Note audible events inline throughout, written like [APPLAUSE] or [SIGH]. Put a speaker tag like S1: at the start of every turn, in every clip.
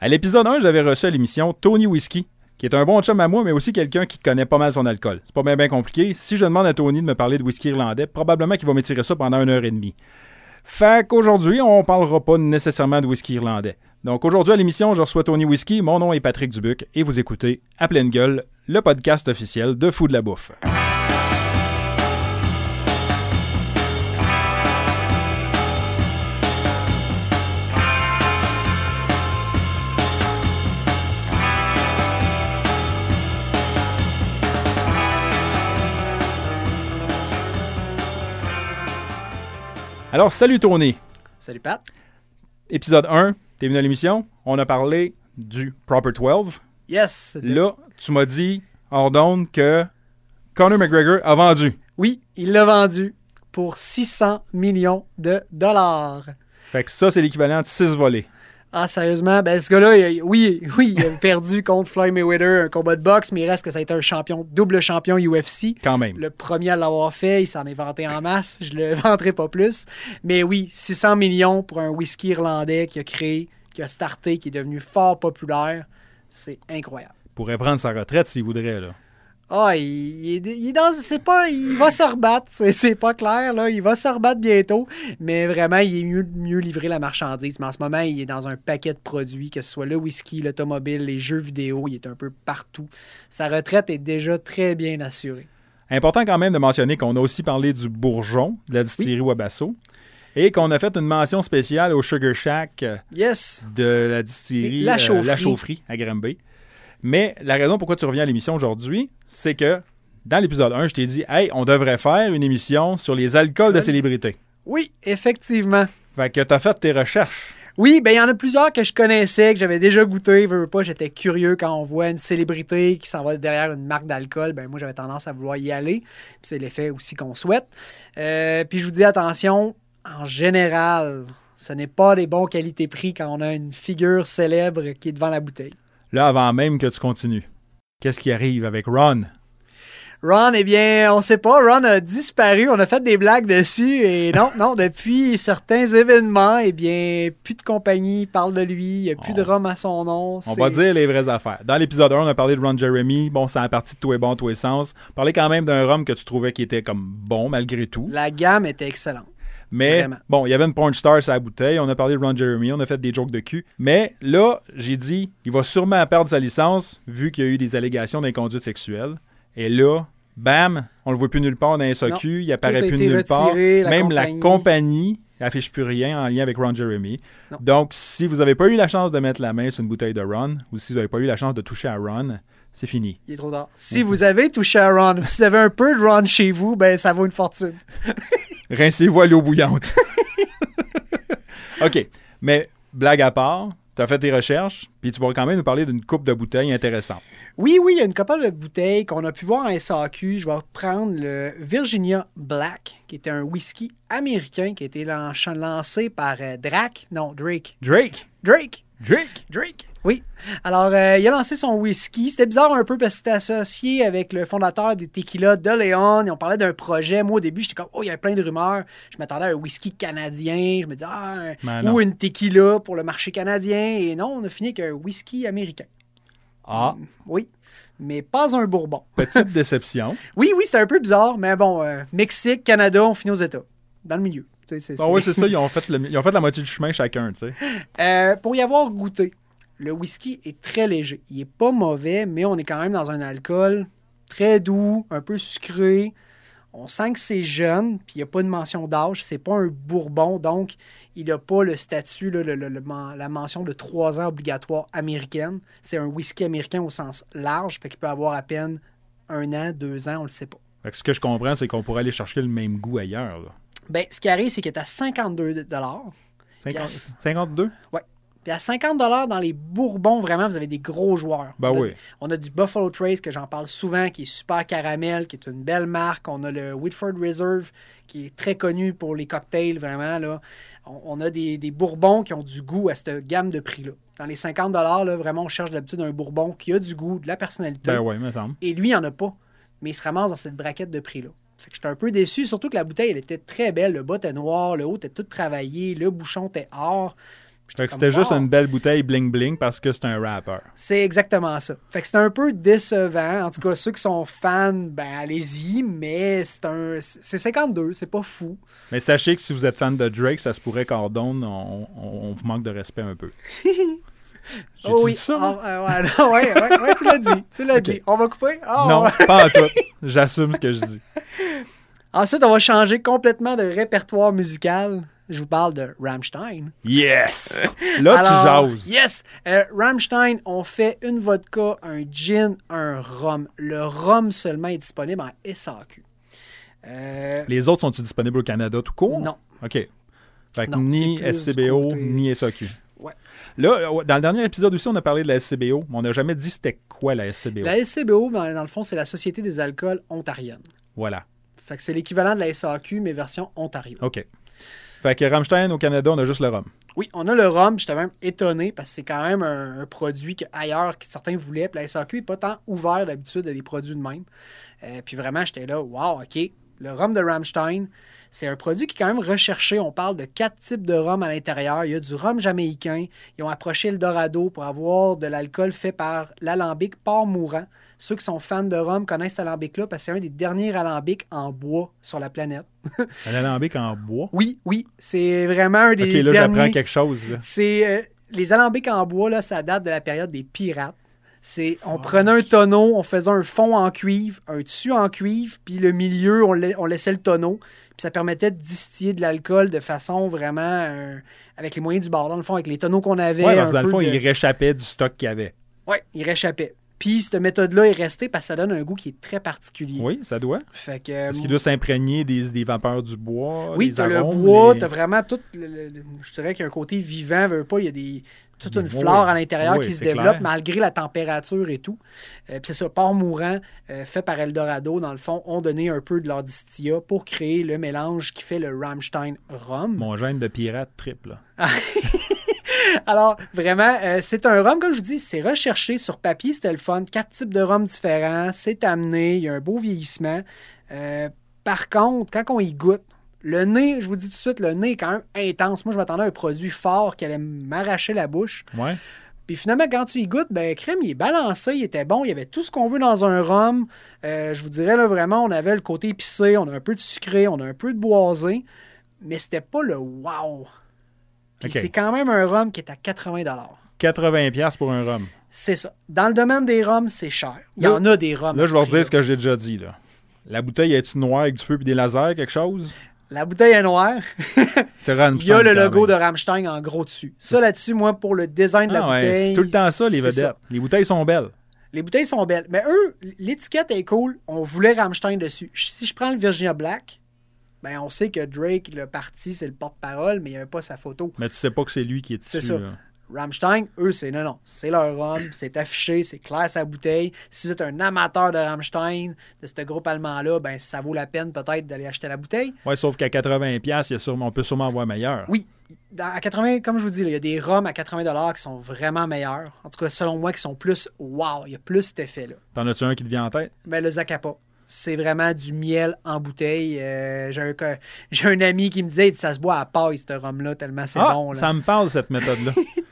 S1: À l'épisode 1, j'avais reçu à l'émission Tony Whiskey, qui est un bon chum à moi, mais aussi quelqu'un qui connaît pas mal son alcool. C'est pas bien bien compliqué. Si je demande à Tony de me parler de whisky irlandais, probablement qu'il va m'étirer ça pendant une heure et demie. Fait qu'aujourd'hui, on parlera pas nécessairement de whisky irlandais. Donc aujourd'hui à l'émission, je reçois Tony Whiskey, mon nom est Patrick Dubuc, et vous écoutez À pleine gueule, le podcast officiel de Fou de la bouffe. Alors salut Tony,
S2: Salut Pat.
S1: épisode 1, t'es venu à l'émission, on a parlé du Proper 12.
S2: Yes. de-
S1: Là, tu m'as dit hors d'onde que Conor McGregor a vendu.
S2: Oui, il l'a vendu pour 600 millions de dollars.
S1: Fait que ça, c'est l'équivalent de 6 volets.
S2: Ah, sérieusement, ben ce gars-là, il a- oui, oui, il a [LAUGHS] perdu contre Floyd Mayweather un combat de boxe, mais il reste que ça a été un champion, double champion UFC.
S1: Quand même.
S2: Le premier à l'avoir fait, il s'en est vanté en masse, je le [LAUGHS] vanterai pas plus. Mais oui, 600 millions pour un whisky irlandais qui a créé, qui a starté, qui est devenu fort populaire, c'est incroyable.
S1: pourrait prendre sa retraite s'il voudrait. Là.
S2: Ah, il, il est- il est dans. C'est pas. Il va se rebattre. C'est, c'est pas clair, là. Il va se rebattre bientôt. Mais vraiment, il est mieux, mieux livré la marchandise. Mais en ce moment, il est dans un paquet de produits, que ce soit le whisky, l'automobile, les jeux vidéo. Il est un peu partout. Sa retraite est déjà très bien assurée.
S1: Important quand même de mentionner qu'on a aussi parlé du bourgeon de la distillerie Wabasso et qu'on a fait une mention spéciale au Sugar Shack euh,
S2: Yes!
S1: de la distillerie euh,
S2: La Chaufferie.
S1: Chaufferie à Granby. Mais la raison pourquoi tu reviens à l'émission aujourd'hui, c'est que dans l'épisode 1, je t'ai dit Hey, on devrait faire une émission sur les alcools de
S2: Ouais.
S1: célébrités.
S2: Oui, effectivement.
S1: Fait que t'as fait tes recherches.
S2: Oui, ben il y en a plusieurs que je connaissais, que j'avais déjà goûté, veux, veux pas, j'étais curieux quand on voit une célébrité qui s'en va derrière une marque d'alcool, ben moi j'avais tendance à vouloir y aller, puis c'est l'effet aussi qu'on souhaite. Euh, puis je vous dis attention, en général, ce n'est pas des bons qualités-prix quand on a une figure célèbre qui est devant la bouteille.
S1: Là, avant même que tu continues, qu'est-ce qui arrive avec Ron
S2: Ron, eh bien, on sait pas, Ron a disparu, on a fait des blagues dessus, et non, non, depuis certains événements, eh bien, plus de compagnie parle de lui, il n'y a plus de
S1: On-
S2: rhum à son nom.
S1: Oh. On
S2: c'est-
S1: va dire les vraies affaires. Dans l'épisode 1, on a parlé de Ron Jeremy. Bon, ça a parti de tout est bon, tout est sens. On parlait quand même d'un rhum que tu trouvais qui était comme bon malgré tout.
S2: La gamme était excellente.
S1: Mais
S2: Vraiment.
S1: bon, il y avait une porn star sur la bouteille. On a parlé de Ron Jeremy. On a fait des jokes de cul. Mais là, j'ai dit, il va sûrement perdre sa licence vu qu'il y a eu des allégations d'inconduite sexuelle. Et là, bam, on le voit plus nulle part dans les SOQ. Il apparaît
S2: Tout a
S1: plus
S2: été
S1: nulle part.
S2: retiré, la
S1: Même la
S2: compagnie.
S1: compagnie affiche plus rien en lien avec Ron Jeremy.
S2: Non.
S1: Donc, si vous n'avez pas eu la chance de mettre la main sur une bouteille de Ron ou si vous n'avez pas eu la chance de toucher à Ron, c'est fini.
S2: Il est trop tard. Si vous avez touché à Ron, si vous avez un peu de Ron chez vous, ben ça vaut une fortune.
S1: Rincez-vous à l'eau bouillante. [LAUGHS] OK. Mais blague à part, tu as fait tes recherches, puis tu vas quand même nous parler d'une coupe de bouteilles intéressante.
S2: Oui, oui, il y a une couple de bouteilles qu'on a pu voir en SAQ. Je vais prendre le Virginia Black, qui était un whisky américain qui a été lan- lancé par euh, Drac. Non, Drake.
S1: Drake!
S2: Drake!
S1: Drake!
S2: Drake. Oui. Alors, euh, il a lancé son whisky. C'était bizarre un peu parce que c'était associé avec le fondateur des tequilas de Léon. Et on parlait d'un projet. Moi, au début, j'étais comme, oh, il y avait plein de rumeurs. Je m'attendais à un whisky canadien. Je me disais, ah, un-
S1: Ben non.
S2: ou une tequila pour le marché canadien. Et non, on a fini avec un whisky américain.
S1: Ah,
S2: Oui. Mais pas un bourbon.
S1: petite
S2: [LAUGHS]
S1: déception.
S2: Oui, oui, c'était un peu bizarre. Mais bon, euh, Mexique, Canada, on finit aux États. Dans le milieu. Tu sais, c'est-
S1: Ah oui, c'est ça, ils ont, fait le- ils ont fait la moitié du chemin chacun, tu sais.
S2: Euh, pour y avoir goûté, le whisky est très léger. Il est pas mauvais, mais on est quand même dans un alcool très doux, un peu sucré. On sent que c'est jeune, puis il n'y a pas de mention d'âge. C'est pas un bourbon, donc il n'a pas le statut, là, le- le- le men- la mention de 3 ans obligatoire américaine. C'est un whisky américain au sens large, fait qu'il peut avoir à peine un an, deux ans, on le sait pas.
S1: Fait que ce que je comprends, c'est qu'on pourrait aller chercher le même goût ailleurs. là.
S2: Ben, ce qui arrive, c'est qu'il est à 52
S1: Cinquante-
S2: Yes.
S1: 52?
S2: Puis à 50 dans les Bourbons, vraiment, vous avez des gros joueurs.
S1: Ben
S2: On a-
S1: oui.
S2: On a du Buffalo Trace, que j'en parle souvent, qui est super caramel, qui est une belle marque. On a le Whitford Reserve, qui est très connu pour les cocktails, vraiment. Là. On, on a des, des Bourbons qui ont du goût à cette gamme de prix-là. Dans les 50 là, vraiment, on cherche d'habitude un Bourbon qui a du goût, de la personnalité.
S1: Ben ouais, me semble.
S2: Et lui, il en a pas. Mais il se ramasse dans cette braquette de prix-là. Fait que j'étais un peu déçu, surtout que la bouteille, elle était très belle. Le bas était noir, le haut était tout travaillé, le bouchon était or. Puis
S1: Fait que
S2: j'étais
S1: c'était
S2: comme,
S1: juste
S2: wow.
S1: une belle bouteille bling bling parce que c'est un rapper.
S2: C'est exactement ça. Fait que c'est un peu décevant. En tout cas, ceux qui sont fans, ben allez-y, mais c'est un. C'est 52, c'est pas fou.
S1: Mais sachez que si vous êtes fan de Drake, ça se pourrait qu'Ordone, on, on, on vous manque de respect un
S2: [LAUGHS]
S1: peu. J'ai
S2: Oh
S1: dit
S2: oui.
S1: ça? hein?
S2: Ah, euh, ouais, non, ouais, ouais, ouais, tu l'as dit. Tu l'as
S1: Ok.
S2: dit. On va couper? Ah,
S1: non,
S2: ouais.
S1: pas en tout. J'assume ce que je dis.
S2: Ensuite, on va changer complètement de répertoire musical. Je vous parle de Rammstein.
S1: Yes! [LAUGHS] Là,
S2: Alors,
S1: tu jases.
S2: Yes! Euh, Rammstein, on fait une vodka, un gin, un rhum. Le rhum seulement est disponible en SAQ. Euh,
S1: Les autres sont-ils disponibles au Canada tout court?
S2: Non.
S1: OK. Fait que
S2: Non,
S1: ni
S2: c'est plus du
S1: SCBO,
S2: côté-
S1: ni SAQ.
S2: Ouais.
S1: Là, euh, dans le dernier épisode aussi, on a parlé de la SCBO, mais on n'a jamais dit c'était quoi la SCBO.
S2: La SCBO, ben, dans le fond, c'est la Société des alcools ontarienne.
S1: Voilà.
S2: Fait que c'est l'équivalent de la SAQ, mais version Ontario.
S1: OK. Fait que Rammstein, au Canada, on a juste le rhum.
S2: Oui, on a le rhum. J'étais même étonné parce que c'est quand même un, un produit que ailleurs que certains voulaient. Puis la SAQ n'est pas tant ouvert d'habitude à des produits de même. Euh, puis vraiment, j'étais là, wow, OK. Le rhum de Rammstein, c'est un produit qui est quand même recherché. On parle de quatre types de rhum à l'intérieur. Il y a du rhum jamaïcain. Ils ont approché le Dorado pour avoir de l'alcool fait par l'alambic port mourant. Ceux qui sont fans de rhum connaissent cet alambic-là parce que c'est un des derniers alambics en bois sur la planète.
S1: Un alambic en bois.
S2: Oui, oui, c'est vraiment un des
S1: OK, là, j'apprends
S2: derniers...
S1: quelque chose. là.
S2: C'est euh, les alambics en bois là, ça date de la période des pirates. C'est on prenait un tonneau, on faisait un fond en cuivre, un dessus en cuivre, puis le milieu on, lai- on laissait le tonneau, puis ça permettait de distiller de l'alcool de façon vraiment euh, avec les moyens du bord dans le fond avec les tonneaux qu'on avait.
S1: Ouais,
S2: un
S1: parce que dans le
S2: peu
S1: fond,
S2: de-
S1: il réchappait du stock qu'il y avait.
S2: Ouais, il réchappait. Puis cette méthode-là est restée parce que ça donne un goût qui est très particulier.
S1: Oui, ça doit.
S2: Fait que, euh,
S1: Parce qu'il doit s'imprégner des, des vapeurs du bois.
S2: Oui,
S1: des
S2: t'as le
S1: arômes,
S2: bois,
S1: les-
S2: t'as vraiment tout. le- le- le- je dirais qu'il y a un côté vivant, veut pas, il y a des, toute une
S1: Oui,
S2: flore à l'intérieur
S1: oui,
S2: qui se
S1: c'est
S2: développe
S1: clair.
S2: malgré la température et tout. Euh, Puis c'est ça, port mourant, euh, fait par Eldorado, dans le fond, ont donné un peu de leur distillat pour créer le mélange qui fait le Rammstein Rhum. [LAUGHS]
S1: Mon gène de pirate triple.
S2: Alors, vraiment, euh, c'est un rhum, comme je vous dis, c'est recherché sur papier, c'était le fun. Quatre types de rhum différents, c'est amené, il y a un beau vieillissement. Euh, par contre, quand on y goûte, le nez, je vous dis tout de suite, le nez est quand même intense. Moi, je m'attendais à un produit fort qui allait m'arracher la bouche.
S1: Ouais.
S2: Puis finalement, quand tu y goûtes, ben, crème, il est balancé, il était bon, il y avait tout ce qu'on veut dans un rhum. Euh, je vous dirais, là, vraiment, on avait le côté épicé, on a un peu de sucré, on a un peu de boisé, mais c'était pas le wow. Puis
S1: Ok.
S2: c'est quand même un rhum qui est à 80
S1: 80$ piastres pour un rhum.
S2: c'est ça. Dans le domaine des rhums, c'est cher. Il y
S1: Là-
S2: en a des rhums.
S1: Là, je vais
S2: à
S1: leur dire
S2: prix-là.
S1: ce que j'ai déjà dit. Là. La bouteille est-tu noire avec du feu et des lasers, quelque chose?
S2: La bouteille
S1: [LAUGHS]
S2: est noire.
S1: C'est Rammstein.
S2: Il y a le
S1: quand
S2: logo de
S1: même.
S2: Rammstein en gros dessus. Ça, là-dessus, moi, pour le design de la
S1: Ah ouais,
S2: bouteille.
S1: c'est tout le temps ça, les
S2: c'est
S1: vedettes.
S2: ça.
S1: Les bouteilles sont belles.
S2: Les bouteilles sont belles. Mais eux, l'étiquette est cool. On voulait Rammstein dessus. Ch- Si je prends le Virginia Black, ben on sait que Drake, le parti, c'est le porte-parole, mais il n'y avait pas sa photo.
S1: Mais tu sais pas que c'est lui qui est
S2: C'est
S1: dessus.
S2: ça.
S1: là.
S2: Rammstein, eux, c'est non, non. C'est leur rhum, c'est affiché, c'est clair sa bouteille. Si vous êtes un amateur de Rammstein, de ce groupe allemand-là, ben ça vaut la peine peut-être d'aller acheter la bouteille.
S1: Ouais, sauf qu'à 80$, piastres, il y a sûrement- on peut sûrement avoir meilleur.
S2: Oui. Dans- À 80, comme je vous dis, là, il y a des rums à 80 qui sont vraiment meilleurs. En tout cas, selon moi, qui sont plus wow, il y a plus cet effet-là.
S1: T'en as-tu un qui te vient en tête?
S2: Mais Ben, le Zacapa, c'est vraiment du miel en bouteille. Euh, j'ai, un, co- j'ai un ami qui me disait ça se boit à paille, ce rhum-là, tellement c'est
S1: ah,
S2: bon. là.
S1: ça me parle, cette méthode-là.
S2: [LAUGHS]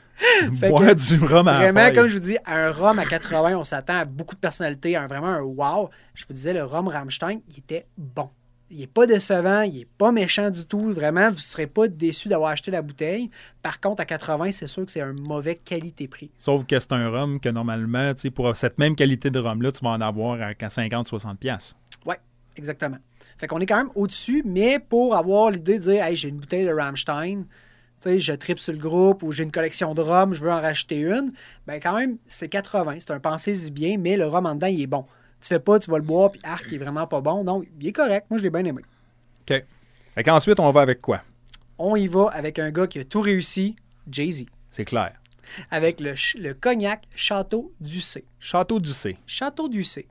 S2: Fait
S1: Boire
S2: que,
S1: du rhum à la
S2: Vraiment,
S1: paille.
S2: comme je vous dis, à un rhum à 80, on s'attend à beaucoup de personnalité, à un- vraiment un wow. Je vous disais, le rhum Rammstein, il était bon. Il n'est pas décevant, il n'est pas méchant du tout. Vraiment, vous ne serez pas déçu d'avoir acheté la bouteille. Par contre, à 80, c'est sûr que c'est un mauvais qualité-prix.
S1: Sauf que c'est un rhum que normalement, tu sais, pour cette même qualité de rhum-là, tu vas en avoir à 50-60$. piastres.
S2: Oui, exactement. Fait qu'on est quand même au-dessus, mais pour avoir l'idée de dire, hey, j'ai une bouteille de Rammstein, tu sais, je tripe sur le groupe ou j'ai une collection de rhum, je veux en racheter une, ben quand même, c'est 80, c'est un pensez-y bien, mais le rhum en dedans, il est bon. Tu fais pas, tu vas le boire, puis arc, il est vraiment pas bon. Donc, il est correct. Moi, je l'ai bien aimé.
S1: OK. Fait qu'ensuite, on va avec quoi?
S2: On y va avec un gars qui a tout réussi, Jay-Z,
S1: C'est clair.
S2: avec le, ch- le cognac Château du C.
S1: Château du C.
S2: Château du C.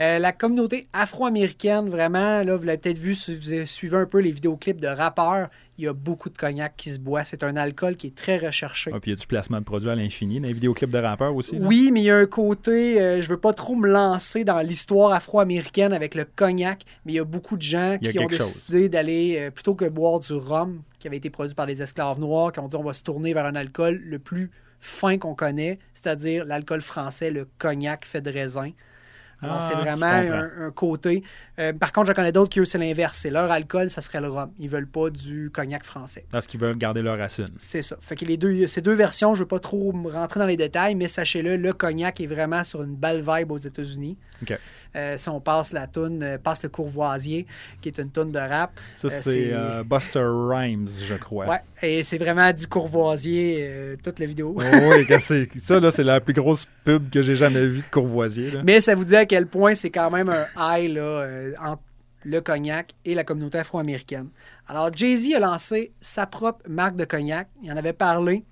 S2: Euh, la communauté afro-américaine, vraiment, là, vous l'avez peut-être vu si vous suivez un peu les vidéoclips de rappeurs, il y a beaucoup de cognac qui se boit. C'est un alcool qui est très recherché.
S1: Ah, puis il y a du placement de produits à l'infini dans les vidéoclips de rappeurs aussi. là.
S2: Oui, mais il y a un côté, euh, je veux pas trop me lancer dans l'histoire afro-américaine avec le cognac, mais il y a beaucoup de gens
S1: Il y a
S2: qui ont
S1: quelque chose.
S2: décidé d'aller, euh, plutôt que boire du rhum qui avait été produit par les esclaves noirs, qui ont dit on va se tourner vers un alcool le plus fin qu'on connaît, c'est-à-dire l'alcool français, le cognac fait de raisin. Alors,
S1: Ah,
S2: c'est
S1: je
S2: vraiment
S1: comprends.
S2: un, un côté. Euh, par contre, j'en connais d'autres qui, eux, c'est l'inverse. C'est leur alcool, ça serait le rhum. Ils veulent pas du cognac français.
S1: Parce qu'ils veulent garder leur racine.
S2: C'est ça. Fait que les deux, ces deux versions, je ne veux pas trop me rentrer dans les détails, mais sachez-le, le cognac est vraiment sur une belle vibe aux États-Unis.
S1: OK.
S2: Euh, si on passe la toune, euh, passe le courvoisier, qui est une toune de rap.
S1: Ça,
S2: Euh, c'est-
S1: c'est euh, Buster Rhymes, je crois.
S2: Ouais. Et c'est vraiment du courvoisier, euh, toute la vidéo.
S1: Oh, oui, que c'est- ça, là, c'est la plus grosse pub que j'ai jamais vue de Courvoisier. là.
S2: [LAUGHS] Mais ça vous dit à quel point c'est quand même un high là, euh, entre le cognac et la communauté afro-américaine. Alors, Jay-Z a lancé sa propre marque de cognac. Il en avait parlé.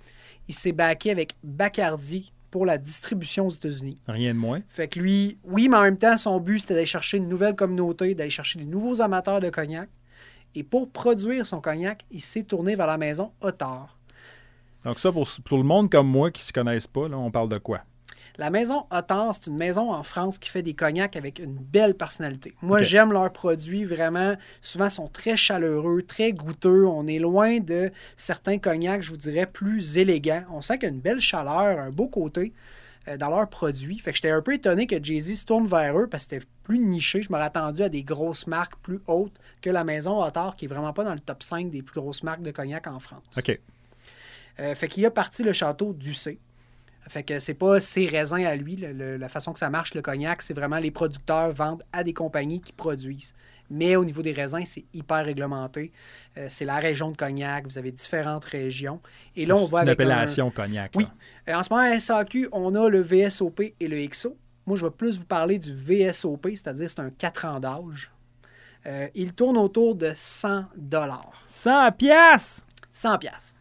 S2: Il s'est backé avec Bacardi pour la distribution aux États-Unis.
S1: Rien de moins.
S2: Fait que lui, oui, mais en même temps, son but, c'était d'aller chercher une nouvelle communauté, d'aller chercher des nouveaux amateurs de cognac. Et pour produire son cognac, il s'est tourné vers la maison Otard.
S1: Donc ça, pour, pour le monde comme moi qui ne se connaissent pas, là, on parle de quoi?
S2: La maison Otard, c'est une maison en France qui fait des cognacs avec une belle personnalité. Moi,
S1: Ok.
S2: j'aime leurs produits vraiment. Souvent, ils sont très chaleureux, très goûteux. On est loin de certains cognacs, je vous dirais, plus élégants. On sent qu'il y a une belle chaleur, un beau côté euh, dans leurs produits. Fait que j'étais un peu étonné que Jay-Z se tourne vers eux parce que c'était plus niché. Je m'aurais attendu à des grosses marques plus hautes que la maison Otard, qui est vraiment pas dans le top 5 des plus grosses marques de cognac en France.
S1: OK.
S2: Euh, fait qu'il a parti le château du C. Fait que c'est pas ses raisins à lui. le- le- la façon que ça marche, le cognac, c'est vraiment les producteurs vendent à des compagnies qui produisent. Mais au niveau des raisins, c'est hyper réglementé. Euh, c'est la région de cognac. Vous avez différentes régions. Et là, on va
S1: C'est une
S2: avec un-
S1: appellation cognac.
S2: Oui.
S1: là.
S2: Euh, en ce moment, à SAQ, on a le VSOP et le XO. Moi, je vais plus vous parler du VSOP, c'est-à-dire c'est un 4 ans d'âge. Euh, il tourne autour de 100 dollars,
S1: 100 piastres!
S2: 100 piastres.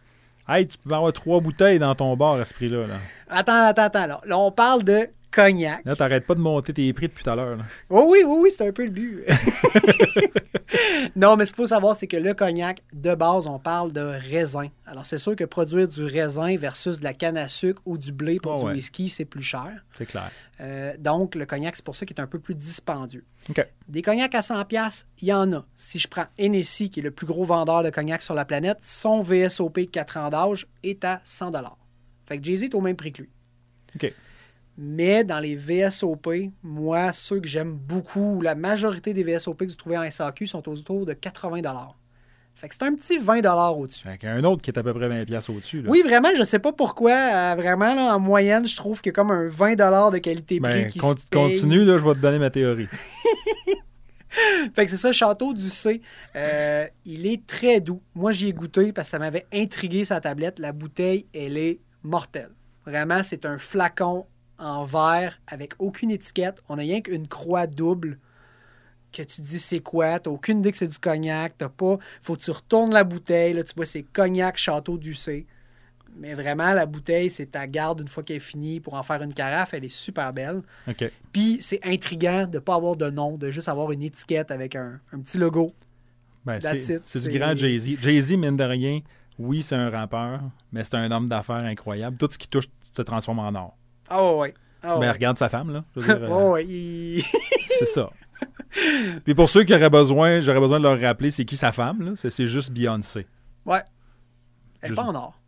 S1: Hey, tu peux avoir trois bouteilles dans ton bar à ce prix-là. Là,
S2: Attends, attends, attends. Là, Là, on parle de cognac.
S1: là t'arrêtes pas de monter tes prix depuis tout à l'heure. là.
S2: Oui, Oh oui, oui, oui, c'est un peu le but. [LAUGHS] non, mais ce qu'il faut savoir, c'est que le cognac, de base, on parle de raisin. Alors, c'est sûr que produire du raisin versus de la canne à sucre ou du blé pour
S1: Ah
S2: du
S1: ouais.
S2: whisky, c'est plus cher.
S1: C'est clair.
S2: Euh, donc, le cognac, c'est pour ça qu'il est un peu plus dispendieux.
S1: OK.
S2: Des cognacs à 100$, piastres, il y en a. Si je prends Hennessy, qui est le plus gros vendeur de cognac sur la planète, son VSOP 4 ans d'âge est à 100$. Fait que Jay-Z est au même prix que lui.
S1: OK.
S2: Mais dans les VSOP, moi, ceux que j'aime beaucoup, la majorité des VSOP que vous trouvez en SAQ sont autour de 80 Fait que c'est un petit 20 au-dessus.
S1: Fait qu'il y a un autre qui est à peu près 20 piastres au-dessus. là.
S2: Oui, vraiment, je sais pas pourquoi. euh, vraiment, là, en moyenne, je trouve que comme un 20 de qualité-prix
S1: Ben,
S2: qui
S1: con-
S2: se paye.
S1: continue, là, je vais te donner ma théorie.
S2: Fait que c'est ça, Château du C. euh, il est très doux. Moi, j'y ai goûté parce que ça m'avait intrigué sa tablette. La bouteille, elle est mortelle. Vraiment, c'est un flacon en verre avec aucune étiquette. On a rien qu'une croix double que tu dis c'est quoi. T'as aucune idée que c'est du cognac. T'as pas. Faut que tu retournes la bouteille. Là, tu vois, c'est cognac Château du C. Mais vraiment, la bouteille, c'est ta garde une fois qu'elle est finie pour en faire une carafe. Elle est super belle.
S1: OK.
S2: Puis c'est intriguant de ne pas avoir de nom, de juste avoir une étiquette avec un, un petit logo.
S1: Ben,
S2: That's
S1: c'est
S2: it,
S1: c'est du
S2: c'est-
S1: grand Jay-Z. Jay-Z, mine de rien, oui, c'est un rappeur, mais c'est un homme d'affaires incroyable. Tout ce qui touche se transforme en or.
S2: Ah ouais, ouais. Ah
S1: Ben,
S2: ouais.
S1: regarde sa femme, là. Je
S2: [LAUGHS]
S1: veux dire, euh,
S2: Ah ouais, il-
S1: C'est ça. Puis pour ceux qui auraient besoin, j'aurais besoin de leur rappeler c'est qui sa femme, là. C'est- C'est juste Beyoncé.
S2: ouais. Elle est
S1: Je-
S2: pas en or.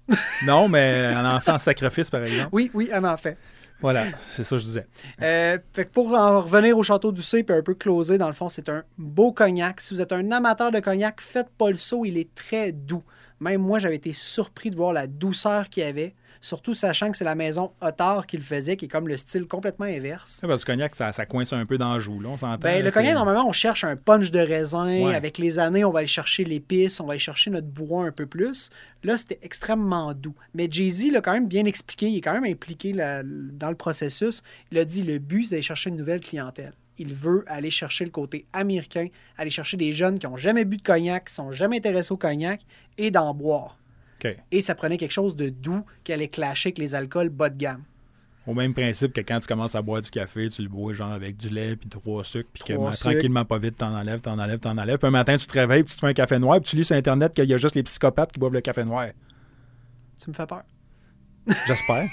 S1: Non, mais un [LAUGHS] enfant sacrifice, par exemple.
S2: Oui, oui, elle
S1: [LAUGHS]
S2: en fait.
S1: Voilà, c'est ça que je disais.
S2: Euh, fait que pour en revenir au Château du C, puis un peu closer, dans le fond, c'est un beau cognac. Si vous êtes un amateur de cognac, faites pas le saut, il est très doux. Même moi, j'avais été surpris de voir la douceur qu'il y avait, surtout sachant que c'est la maison Otard qui le faisait, qui est comme le style complètement inverse.
S1: Ah, ben, du cognac, ça, ça coince un peu dans le joue, là, on s'entend.
S2: Ben,
S1: là,
S2: le
S1: c'est-
S2: cognac, normalement, on cherche un punch de raisin.
S1: Ouais.
S2: Avec les années, on va aller chercher l'épice, on va aller chercher notre bois un peu plus. Là, c'était extrêmement doux. Mais Jay-Z l'a quand même bien expliqué, il est quand même impliqué là- dans le processus. Il a dit le but, c'est d'aller chercher une nouvelle clientèle. Il veut aller chercher le côté américain, aller chercher des jeunes qui n'ont jamais bu de cognac, qui sont jamais intéressés au cognac, et d'en boire.
S1: OK.
S2: Et ça prenait quelque chose de doux qui allait clasher avec les alcools bas de gamme.
S1: Au même principe que quand tu commences à boire du café, tu le bois genre avec du lait, puis trois sucres, puis que
S2: Trois
S1: ben,
S2: sucres.
S1: tranquillement, pas vite, t'en enlèves, t'en enlèves, t'en enlèves. Puis un matin, tu te réveilles, puis tu te fais un café noir, puis tu lis sur Internet qu'il y a juste les psychopathes qui boivent le café noir.
S2: Tu me fais peur. [LAUGHS]
S1: J'espère.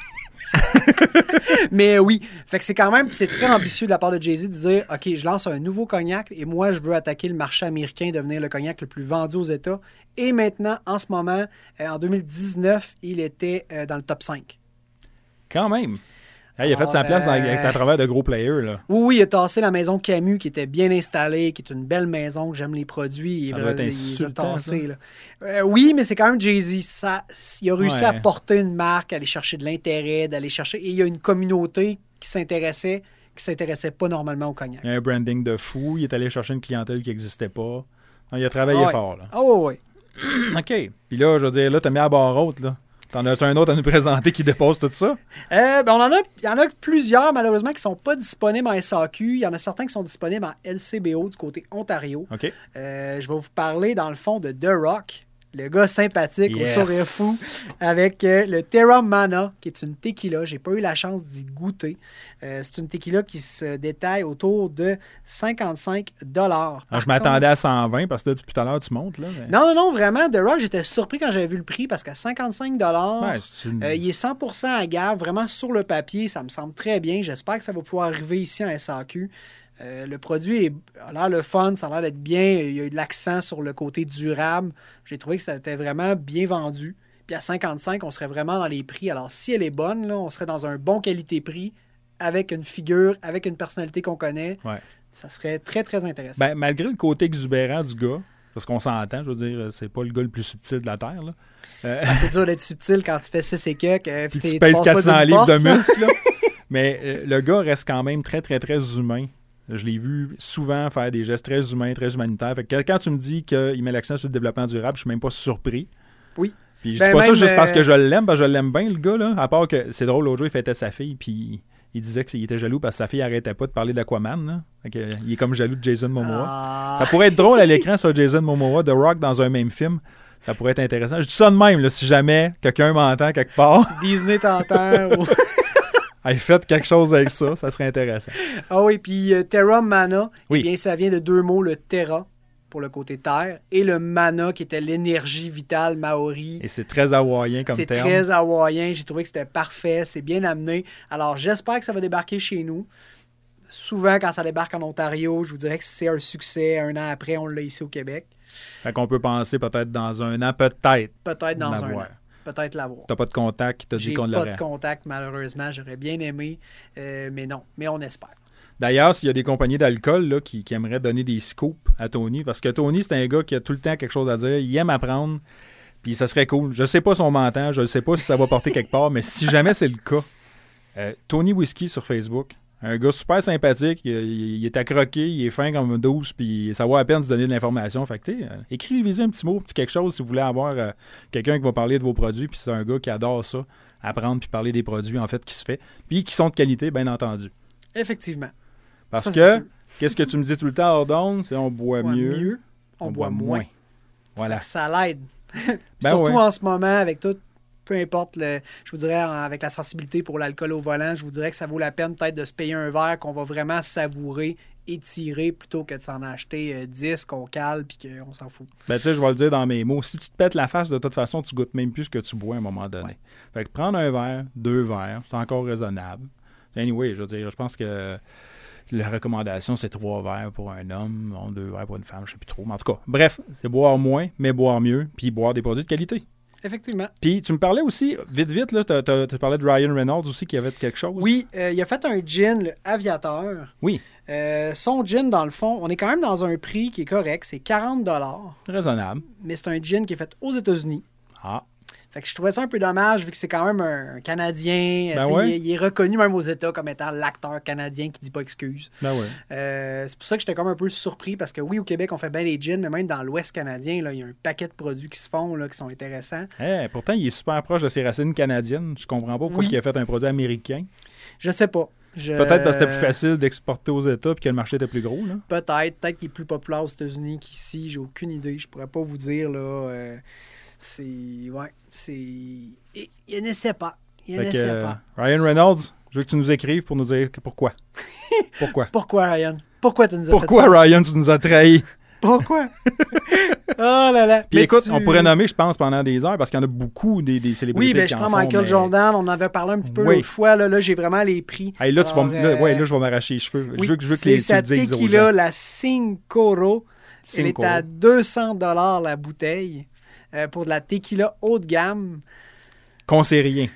S2: Mais oui, fait que c'est quand même, c'est très ambitieux de la part de Jay-Z de dire OK, je lance un nouveau cognac et moi, je veux attaquer le marché américain, devenir le cognac le plus vendu aux États. Et maintenant, en ce moment, euh, en 2019, il était euh, dans le top 5.
S1: quand même. Hey, il a fait
S2: Ah,
S1: sa place dans-
S2: ben.
S1: à travers de gros players. Là.
S2: Oui, oui, il a tassé la maison Camus qui était bien installée, qui est une belle maison, que j'aime les produits. Il,
S1: Ça
S2: est
S1: doit
S2: vrai-
S1: être
S2: il les a
S1: insultant,
S2: tassés, là. Euh, oui, mais c'est quand même Jay-Z. Ça- Il a réussi à
S1: Ouais.
S2: porter une marque, à aller chercher de l'intérêt, d'aller chercher. Et il y a une communauté qui s'intéressait, qui s'intéressait pas normalement au cognac.
S1: Il a un branding de fou. Il est allé chercher une clientèle qui n'existait pas. Non, il a travaillé
S2: Ah ouais.
S1: fort.
S2: [CLEARS THROAT]
S1: Là.
S2: Ah oui, oui.
S1: OK. Puis là, je veux dire, là, t'as mis à barre haute. Là. T'en as un autre à nous [LAUGHS] présenter qui dépose tout ça?
S2: Euh, ben, on en a, il y en a plusieurs, malheureusement, qui ne sont pas disponibles en SAQ. Il y en a certains qui sont disponibles en LCBO du côté Ontario.
S1: OK.
S2: Euh, je vais vous parler, dans le fond, de The Rock, le gars sympathique
S1: Yes.
S2: au sourire fou, avec euh, le Terra Mana, qui est une tequila. J'ai pas eu la chance d'y goûter. Euh, C'est une tequila qui se détaille autour de 55 dollars.
S1: Alors, Ah, je m'attendais à 120 parce que là, depuis tout à l'heure, tu montes. Là, mais-
S2: Non, non, non, vraiment, The Rock, j'étais surpris quand j'avais vu le prix parce qu'à 55 dollars,
S1: Ouais, c'est une-
S2: euh, il est 100% à gare, vraiment sur le papier. Ça me semble très bien. J'espère que ça va pouvoir arriver ici en SAQ. Euh, le produit est- a l'air le fun, ça a l'air d'être bien. Il y a eu de l'accent sur le côté durable. J'ai trouvé que ça était vraiment bien vendu. Puis à 55, on serait vraiment dans les prix. Alors si elle est bonne, là, on serait dans un bon qualité-prix avec une figure, avec une personnalité qu'on connaît.
S1: Ouais.
S2: Ça serait très, très intéressant.
S1: Ben, malgré le côté exubérant du gars, parce qu'on s'entend, je veux dire, c'est pas le gars le plus subtil de la Terre. Là.
S2: [LAUGHS]
S1: Euh, [LAUGHS]
S2: Ah, C'est dur d'être subtil quand tu fais 6 et quelques. euh,
S1: puis
S2: t'es-
S1: tu pèses
S2: passes pas
S1: 400
S2: d'une
S1: livres
S2: porte,
S1: de
S2: là.
S1: muscles.
S2: [LAUGHS]
S1: là. Mais euh, le gars reste quand même très, très, très humain. Je l'ai vu souvent faire des gestes très humains, très humanitaires. Fait que quand tu me dis qu'il met l'accent sur le développement durable, je suis même pas surpris.
S2: Oui.
S1: Puis je
S2: Ben,
S1: dis pas ça
S2: même,
S1: juste parce
S2: euh,
S1: que je l'aime, parce que je l'aime bien, le gars. Là. À part que c'est drôle, l'autre jour, il fêtait sa fille, puis il disait qu'il était jaloux parce que sa fille arrêtait pas de parler d'Aquaman. là. Fait que, euh, il est comme jaloux de Jason Momoa.
S2: Ah.
S1: Ça pourrait être drôle à l'écran sur Jason Momoa, The Rock dans un même film. Ça pourrait être intéressant. Je dis ça de même, là, si jamais quelqu'un m'entend quelque part, [LAUGHS]
S2: Disney t'entend. ou-
S1: hey, faites quelque chose avec ça, ça serait intéressant.
S2: Ah oui, puis euh, Terra Mana, eh
S1: Oui.
S2: bien, ça vient de deux mots, le Terra pour le côté terre et le Mana qui était l'énergie vitale maori.
S1: Et c'est très hawaïen comme
S2: C'est
S1: terme.
S2: très hawaïen, j'ai trouvé que c'était parfait, c'est bien amené. Alors j'espère que ça va débarquer chez nous. Souvent, quand ça débarque en Ontario, je vous dirais que c'est un succès. Un an après, on l'a ici au Québec.
S1: Fait qu'on peut penser peut-être dans un an, peut-être.
S2: Peut-être dans un
S1: L'avoir.
S2: an. Peut-être l'avoir.
S1: T'as pas de contact qui t'a dit
S2: J'ai
S1: qu'on
S2: pas de
S1: l'aurait.
S2: contact, malheureusement. J'aurais bien aimé, euh, mais non. Mais on espère.
S1: D'ailleurs, s'il y a des compagnies d'alcool là, qui, qui aimeraient donner des scoops à Tony, parce que Tony, c'est un gars qui a tout le temps quelque chose à dire, il aime apprendre, puis ça serait cool. Je sais pas si on m'entend, je sais pas si ça va porter quelque part, mais si jamais c'est le cas, euh, Tony Whiskey sur Facebook, un gars super sympathique, il, il- il est à croquer, il est fin comme un douce, puis ça vaut à peine de se donner de l'information. Fait que, tu sais, euh, écrivez-y un petit mot, un petit quelque chose si vous voulez avoir euh, quelqu'un qui va parler de vos produits, puis c'est un gars qui adore ça, apprendre puis parler des produits, en fait, qui se fait, puis qui sont de qualité, bien entendu.
S2: Effectivement.
S1: Parce
S2: Ça, c'est
S1: que,
S2: sûr.
S1: qu'est-ce que tu me dis tout le temps, Ordonne? C'est on boit
S2: On boit
S1: mieux,
S2: mieux, on, boit, moins.
S1: Voilà.
S2: Ça
S1: [LAUGHS]
S2: l'aide.
S1: Ben
S2: Surtout
S1: ouais.
S2: en ce moment, avec tout, peu importe, le, je vous dirais, en- avec la sensibilité pour l'alcool au volant, je vous dirais que ça vaut la peine peut-être de se payer un verre qu'on va vraiment savourer, étirer, plutôt que de s'en acheter euh, 10 qu'on cale puis qu'on s'en fout.
S1: Ben, tu sais, je vais le dire dans mes mots. Si tu te pètes la face, de toute façon, tu goûtes même plus ce que tu bois à un moment donné. Fait que prendre un verre, deux verres, c'est encore raisonnable. Anyway, je veux dire, je pense que la recommandation, c'est trois verres pour un homme, bon, deux verres pour une femme, je sais plus trop. Mais en tout cas, bref, c'est boire moins, mais boire mieux, puis boire des produits de qualité.
S2: Effectivement.
S1: Puis tu me parlais aussi, vite, vite, là, tu parlais de Ryan Reynolds aussi qui avait quelque chose.
S2: Oui, euh, il a fait un gin, le aviateur.
S1: Oui,
S2: Euh, son gin, dans le fond, on est quand même dans un prix qui est correct, c'est 40
S1: raisonnable.
S2: mais c'est un gin qui est fait aux États-Unis.
S1: Ah,
S2: Fait que je trouvais ça un peu dommage vu que c'est quand même un Canadien. euh,
S1: Ben
S2: tu sais,
S1: ouais.
S2: il, est- il est reconnu même aux États comme étant l'acteur canadien qui dit pas excuse.
S1: ben ouais.
S2: Euh, c'est pour ça que j'étais comme un peu surpris parce que oui, au Québec, on fait bien les gins, mais même dans l'Ouest canadien, là, il y a un paquet de produits qui se font là, qui sont intéressants.
S1: Eh, pourtant, il est super proche de ses racines canadiennes. Je comprends pas pourquoi
S2: Oui. Euh,
S1: il a fait un produit américain.
S2: Je sais pas. Je-
S1: Peut-être parce que c'était plus facile d'exporter aux États et que le marché était plus gros. Là.
S2: Peut-être. Peut-être qu'il est plus populaire aux États-Unis qu'ici. J'ai aucune idée. Je pourrais pas vous dire. là. euh, c'est. Ouais. C'est. Il, il n'essaie pas. Il
S1: Fait que,
S2: n'essaie
S1: euh,
S2: pas.
S1: Ryan Reynolds, Je veux que tu nous écrives pour nous dire que- pourquoi.
S2: [LAUGHS]
S1: Pourquoi?
S2: Pourquoi, Ryan? Pourquoi tu nous as
S1: Pourquoi,
S2: fait ça?
S1: Ryan, tu nous as trahis?
S2: Pourquoi? [LAUGHS] oh là là.
S1: Puis
S2: Mais
S1: écoute,
S2: tu-
S1: on pourrait nommer, je pense, pendant des heures, parce qu'il y en a beaucoup des, des célébrités.
S2: Oui, ben,
S1: qui
S2: je
S1: en
S2: prends
S1: font,
S2: Michael
S1: mais-
S2: Jordan. On en avait parlé un petit peu
S1: Oui.
S2: l'autre fois. Là, là j'ai vraiment les prix.
S1: Hey, là, tu vas,
S2: Alors,
S1: me- là,
S2: euh,
S1: ouais, là, je vais m'arracher les cheveux.
S2: oui,
S1: je veux, je veux que
S2: c'est
S1: les, tu le
S2: sa
S1: dises aux
S2: tequila,
S1: gens.
S2: la Cincoro. Elle est
S1: Cinco.
S2: à 200 la bouteille euh, pour de la tequila haut de gamme.
S1: Qu'on sait rien.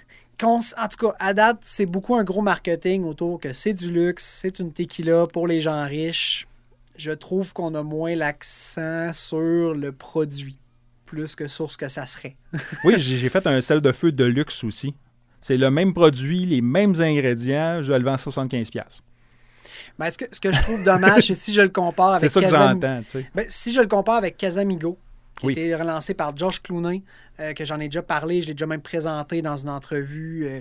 S2: Qu'on s- En tout cas, à date, c'est beaucoup un gros marketing autour que c'est du luxe, c'est une tequila pour les gens riches. Je trouve qu'on a moins l'accent sur le produit, plus que sur ce que ça serait.
S1: Oui, j'ai j'ai fait un sel de feu de luxe aussi. C'est le même produit, les mêmes ingrédients. Je le vends à 75$. piastres.
S2: Mais Ben, ce que, ce que je trouve dommage, c'est si je le compare
S1: C'est
S2: avec
S1: ça que
S2: Casam-
S1: j'entends, tu sais.
S2: Ben, si je le compare avec Casamigo, qui
S1: Oui.
S2: a été relancé par Josh Clooney, euh, que j'en ai déjà parlé, je l'ai déjà même présenté dans une entrevue. euh,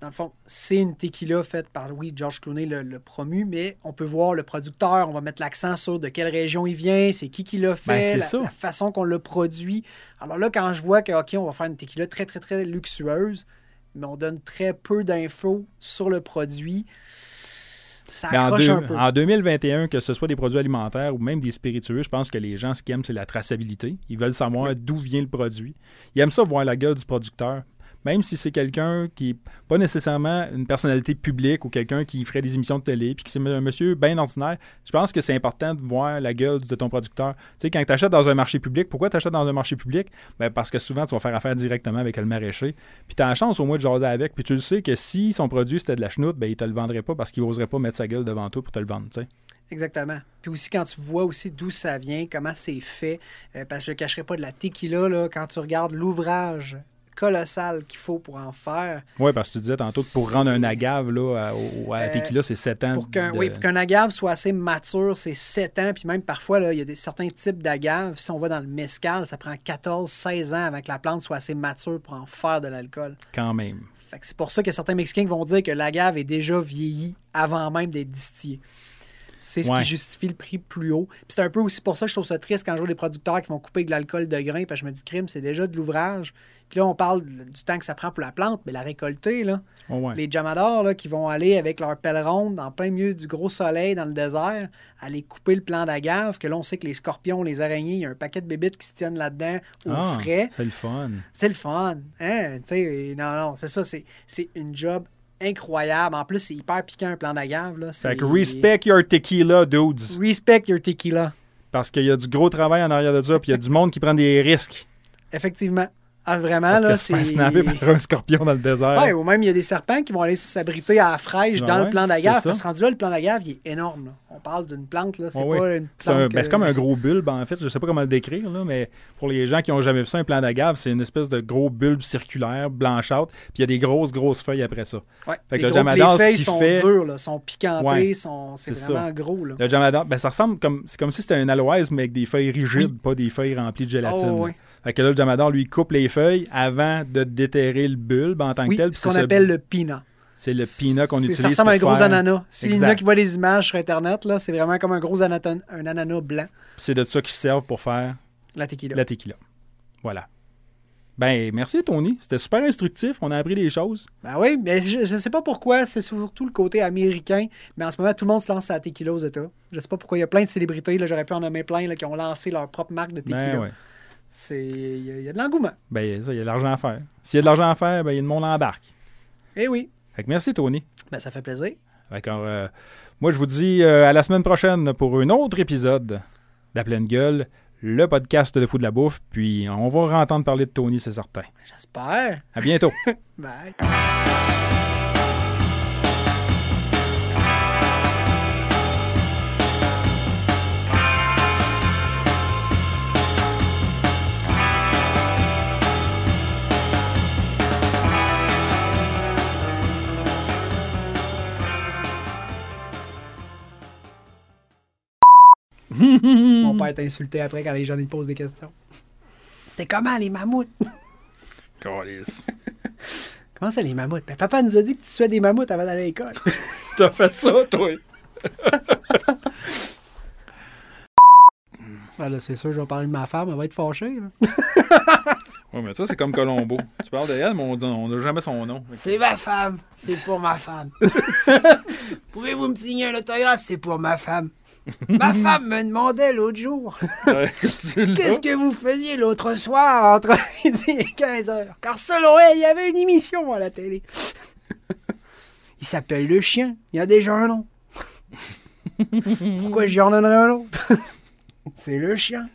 S2: dans le fond, c'est une tequila faite par, oui, Josh Clooney le, le promu, mais on peut voir le producteur, on va mettre l'accent sur de quelle région il vient, c'est qui qui l'a fait,
S1: Ben, c'est
S2: la,
S1: ça.
S2: la façon qu'on le produit. Alors là, quand je vois que, OK, on va faire une tequila très, très, très luxueuse, mais on donne très peu d'infos sur le produit, ça
S1: Mais Ben, en,
S2: accroche
S1: deux-
S2: un peu.
S1: en 2021, que ce soit des produits alimentaires ou même des spiritueux, je pense que les gens, ce qu'ils aiment, c'est la traçabilité. Ils veulent savoir d'où vient le produit. Ils aiment ça voir la gueule du producteur. Même si c'est quelqu'un qui n'est pas nécessairement une personnalité publique ou quelqu'un qui ferait des émissions de télé, puis que c'est un monsieur bien ordinaire, je pense que c'est important de voir la gueule de ton producteur. Tu sais, quand tu achètes dans un marché public, pourquoi tu achètes dans un marché public? Ben, parce que souvent, tu vas faire affaire directement avec le maraîcher. Puis tu as la chance au moins de jaser avec. Puis tu le sais que si son produit c'était de la chenoute, ben, il te le vendrait pas parce qu'il oserait pas mettre sa gueule devant toi pour te le vendre. tu sais.
S2: Exactement. Puis aussi, quand tu vois aussi d'où ça vient, comment c'est fait, euh, parce que je ne cacherai pas de la tequila, là, quand tu regardes l'ouvrage colossal qu'il faut pour en faire,
S1: Oui, parce que tu disais tantôt que pour rendre un agave là, à, au- à la
S2: Euh,
S1: tequila, c'est 7 ans.
S2: pour qu'un
S1: Hum, de-
S2: oui, pour qu'un agave soit assez mature, c'est 7 ans, puis même parfois, là, il y a des, certains types d'agaves, si on va dans le mescal, ça prend 14-16 ans avant que la plante soit assez mature pour en faire de l'alcool.
S1: Quand même.
S2: Fait que c'est pour ça que certains Mexicains vont dire que l'agave est déjà vieillie avant même d'être distillée. C'est ce
S1: Ouais.
S2: qui justifie le prix plus haut. Puis c'est un peu aussi pour ça que je trouve ça triste quand je vois des producteurs qui vont couper de l'alcool de grain, parce que je me dis, crime, c'est déjà de l'ouvrage. Puis là, on parle du temps que ça prend pour la plante, mais la récolter, là,
S1: Ouais, ouais.
S2: les jamadors là, qui vont aller avec leur pèlerons en plein milieu du gros soleil dans le désert, aller couper le plant d'agave, que là, on sait que les scorpions, les araignées, il y a un paquet de bébites qui se tiennent là-dedans au
S1: Ah,
S2: frais.
S1: c'est le fun.
S2: C'est le fun. Hein? tu sais, non, non, c'est ça. C'est, c'est une job incroyable. En plus, c'est hyper piquant un plan d'agave. Là. C'est...
S1: Fait que respect your tequila, dudes.
S2: Respect your tequila.
S1: Parce qu'il y a du gros travail en arrière de ça, puis il y a du monde qui prend des risques.
S2: Effectivement. Ah, vraiment,
S1: Parce
S2: là,
S1: que se faire
S2: c'est... Ah,
S1: snapper par un scorpion dans le désert.
S2: Ouais, ou même, il y a des serpents qui vont aller s'abriter à la fraîche
S1: Ah
S2: dans
S1: ouais,
S2: le plan
S1: c'est
S2: d'agave.
S1: ça.
S2: Parce que rendu là, le plan d'agave, il est énorme. là. On parle d'une plante, là. C'est
S1: Ouais,
S2: pas
S1: ouais.
S2: une
S1: C'est un-
S2: plante...
S1: ben, c'est
S2: que-
S1: comme un gros bulbe, en fait. Je sais pas comment le décrire, là, mais pour les gens qui n'ont jamais vu ça, un plan d'agave, c'est une espèce de gros bulbe circulaire, blanchâtre, puis il y a des grosses, grosses feuilles après ça.
S2: Ouais.
S1: Fait que
S2: Les
S1: le
S2: gros-
S1: Jamador,
S2: Les
S1: ce
S2: feuilles
S1: qu'il
S2: sont
S1: fait-
S2: dures, là, sont piquantées,
S1: Ouais.
S2: sont... c'est,
S1: C'est ça.
S2: vraiment gros, là.
S1: Le jamador, ben, ça ressemble comme c'est comme si c'était un aloès, mais avec des feuilles rigides, pas des feuilles remplies de gélatine.
S2: Oh, ouais.
S1: Fait que là, le jamador, lui, coupe les feuilles avant de déterrer le bulbe en tant que
S2: Oui,
S1: tel. puis
S2: ce qu'on
S1: c'est ce-
S2: appelle le pinot.
S1: C'est le peanut qu'on
S2: C'est-
S1: utilise.
S2: Ça ressemble à un
S1: pour
S2: gros
S1: faire-
S2: ananas. Si il y en a
S1: Exact.
S2: qui voient les images sur Internet, là, c'est vraiment comme un gros anaton- un ananas blanc,
S1: C'est de ça qu'ils servent pour faire
S2: la tequila.
S1: la tequila. Voilà. Ben, merci Tony. C'était super instructif. On a appris des choses.
S2: Ben oui, mais je ne sais pas pourquoi, c'est surtout le côté américain, mais en ce moment, tout le monde se lance à la tequila aux États. Je sais pas pourquoi, il y a plein de célébrités, là, j'aurais pu en nommer plein, là, qui ont lancé leur propre marque de tequila.
S1: Ben, ouais.
S2: C'est- Il y, a- il y a de l'engouement.
S1: Ben, ça, il y a de l'argent à faire. S'il y a de l'argent à faire, ben, il y a de monde en barque.
S2: Eh oui,
S1: Fait que merci, Tony.
S2: ben ça fait plaisir.
S1: Fait que, euh, moi, je vous dis euh, à la semaine prochaine pour un autre épisode d'À pleine gueule, le podcast de Fou de la bouffe. Puis, on va entendre parler de Tony, c'est certain.
S2: J'espère.
S1: À [LAUGHS] bientôt.
S2: Bye. Mon père est insulté après quand les gens lui posent des questions. C'était comment les mammouths?
S1: Câlisse.
S2: Comment ça, les mammouths? Ben, papa nous a dit que tu tuais des mammouths avant d'aller à l'école.
S1: T'as fait ça, toi?
S2: Ah là, c'est sûr, je vais parler de ma femme, elle va être fâchée. Là.
S1: Oui, mais toi, c'est comme Colombo. tu parles de elle, mais on n'a jamais son nom.
S2: C'est ma femme. C'est pour ma femme. Pouvez-vous me signer un autographe? C'est pour ma femme. Ma femme me demandait l'autre jour
S1: Ouais, tu l'as.
S2: qu'est-ce que vous faisiez l'autre soir entre [LAUGHS] midi et 15 heures. Car selon elle, il y avait une émission à la télé. Il s'appelle Le Chien. Il y a déjà un nom. Pourquoi j'y en donnerais un autre? [LAUGHS] C'est Le Chien.